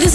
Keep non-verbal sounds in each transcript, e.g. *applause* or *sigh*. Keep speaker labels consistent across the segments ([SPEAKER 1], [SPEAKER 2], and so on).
[SPEAKER 1] this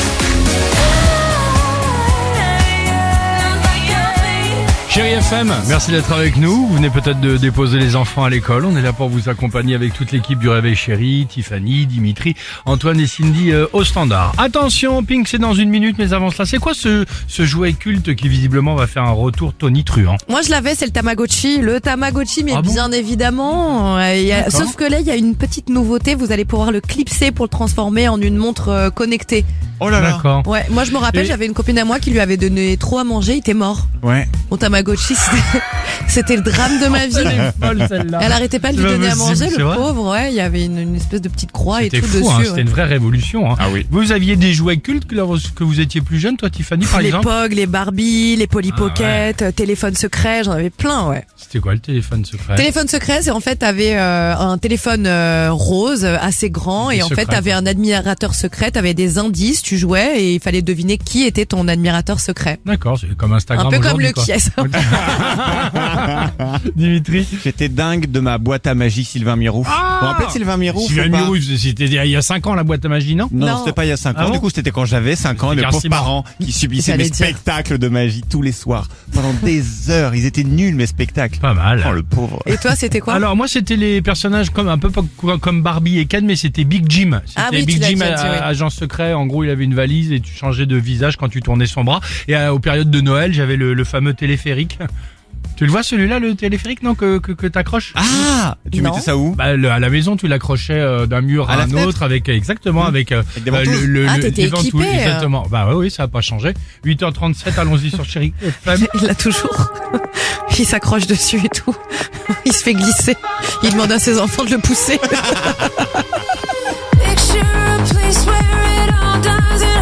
[SPEAKER 2] Chérie FM, merci d'être avec nous. Vous venez peut-être de déposer les enfants à l'école. On est là pour vous accompagner avec toute l'équipe du Réveil Chéri, Tiffany, Dimitri, Antoine et Cindy euh, au standard. Attention, Pink, c'est dans une minute, mais avant cela, c'est quoi ce, ce jouet culte qui visiblement va faire un retour tonitruant
[SPEAKER 3] Moi, je l'avais, c'est le Tamagotchi. Le Tamagotchi, mais
[SPEAKER 2] Ah bon
[SPEAKER 3] bien évidemment. euh, il y a-
[SPEAKER 2] D'accord.
[SPEAKER 3] Sauf que là, il y a une petite nouveauté. Vous allez pouvoir le clipser pour le transformer en une montre euh, connectée.
[SPEAKER 4] Oh là là.
[SPEAKER 2] D'accord.
[SPEAKER 3] Ouais, moi, je me rappelle,
[SPEAKER 2] Et-
[SPEAKER 3] j'avais une copine à moi qui lui avait donné trop à manger. Il était mort.
[SPEAKER 4] Ouais.
[SPEAKER 3] Mon Tamagotchi, *laughs* c'était- c'était le drame de ma vie.
[SPEAKER 2] *laughs*
[SPEAKER 3] Elle arrêtait pas de lui
[SPEAKER 2] C'est pas
[SPEAKER 3] donner à
[SPEAKER 2] possible,
[SPEAKER 3] manger,
[SPEAKER 2] c'est
[SPEAKER 3] le
[SPEAKER 2] vrai
[SPEAKER 3] pauvre. Ouais, il y avait une, une espèce de petite croix et tout
[SPEAKER 2] C'était fou, hein,
[SPEAKER 3] dessus.
[SPEAKER 2] c'était
[SPEAKER 3] ouais.
[SPEAKER 2] une vraie révolution. hein.
[SPEAKER 4] Ah oui.
[SPEAKER 2] Vous aviez des jouets cultes que lorsque vous étiez plus jeune, toi Tiffany par
[SPEAKER 3] les
[SPEAKER 2] exemple Ah,
[SPEAKER 3] Pog, les Barbie, les Polly Pocket, euh, téléphone secret, j'en avais plein, ouais.
[SPEAKER 2] C'était quoi le téléphone secret
[SPEAKER 3] Téléphone secret, c'est en fait t'avais euh, un téléphone euh, rose euh, assez grand
[SPEAKER 2] Des
[SPEAKER 3] et en fait
[SPEAKER 2] secrets,
[SPEAKER 3] t'avais un admirateur secret, t'avais des indices, tu jouais et il fallait deviner qui était ton admirateur secret.
[SPEAKER 2] D'accord, c'est comme Instagram
[SPEAKER 3] Un peu comme
[SPEAKER 2] aujourd'hui,
[SPEAKER 3] le
[SPEAKER 2] quoi.
[SPEAKER 3] Kies.
[SPEAKER 2] Dimitri
[SPEAKER 4] J'étais dingue de ma boîte à magie Sylvain Mirou.
[SPEAKER 2] Ah
[SPEAKER 4] vous vous rappelez de Sylvain Mirou
[SPEAKER 2] Sylvain
[SPEAKER 4] ou pas
[SPEAKER 2] Mirou, il- c'était il y a 5 ans la boîte à magie, non
[SPEAKER 4] Non,
[SPEAKER 3] Non.
[SPEAKER 4] c'était pas il y a 5
[SPEAKER 2] Ah
[SPEAKER 4] ans.
[SPEAKER 2] bon
[SPEAKER 4] du coup, c'était quand j'avais 5 ans,
[SPEAKER 2] C'était
[SPEAKER 4] mes pauvres
[SPEAKER 2] Garcimar.
[SPEAKER 4] parents
[SPEAKER 3] *laughs*
[SPEAKER 4] qui subissaient
[SPEAKER 3] J'allais
[SPEAKER 4] mes
[SPEAKER 3] dire.
[SPEAKER 4] spectacles de magie tous les soirs. Pendant des heures, ils étaient nuls mes spectacles.
[SPEAKER 2] Pas mal.
[SPEAKER 4] Oh le pauvre.
[SPEAKER 3] Et toi c'était quoi
[SPEAKER 2] Alors moi c'était les personnages comme un peu po- comme Barbie et Ken mais c'était Big Jim. C'était
[SPEAKER 3] Ah oui, tu
[SPEAKER 2] Big
[SPEAKER 3] l'as
[SPEAKER 2] Jim
[SPEAKER 3] déjà dit,
[SPEAKER 2] a-
[SPEAKER 3] oui.
[SPEAKER 2] agent secret, en gros il avait une valise et tu changeais de visage quand tu tournais son bras et euh, aux périodes de Noël, j'avais le, le fameux téléphérique. *laughs* Tu le vois celui-là le téléphérique non que que, que t'accroches
[SPEAKER 4] Ah Tu
[SPEAKER 3] Non.
[SPEAKER 4] mettais ça où
[SPEAKER 2] Bah, le- à la maison, tu l'accrochais euh, d'un mur à,
[SPEAKER 4] À la
[SPEAKER 2] un
[SPEAKER 4] fenêtre. Mmh.
[SPEAKER 2] autre avec exactement avec, euh,
[SPEAKER 4] Avec des
[SPEAKER 2] euh,
[SPEAKER 4] ventouses.
[SPEAKER 2] le, le-
[SPEAKER 3] Ah,
[SPEAKER 2] le-
[SPEAKER 3] t'étais
[SPEAKER 2] des ventouses,
[SPEAKER 3] équipé, euh.
[SPEAKER 2] exactement. Bah oui, oui, ça a pas changé. 8h37, allons-y
[SPEAKER 3] *laughs*
[SPEAKER 2] sur Chéri FM.
[SPEAKER 3] Il l'a toujours. *laughs* Il s'accroche dessus et tout. *laughs* Il se fait glisser. Il demande à ses enfants de le
[SPEAKER 5] *laughs*
[SPEAKER 3] pousser.
[SPEAKER 6] Picture a place where it all doesn't hurt.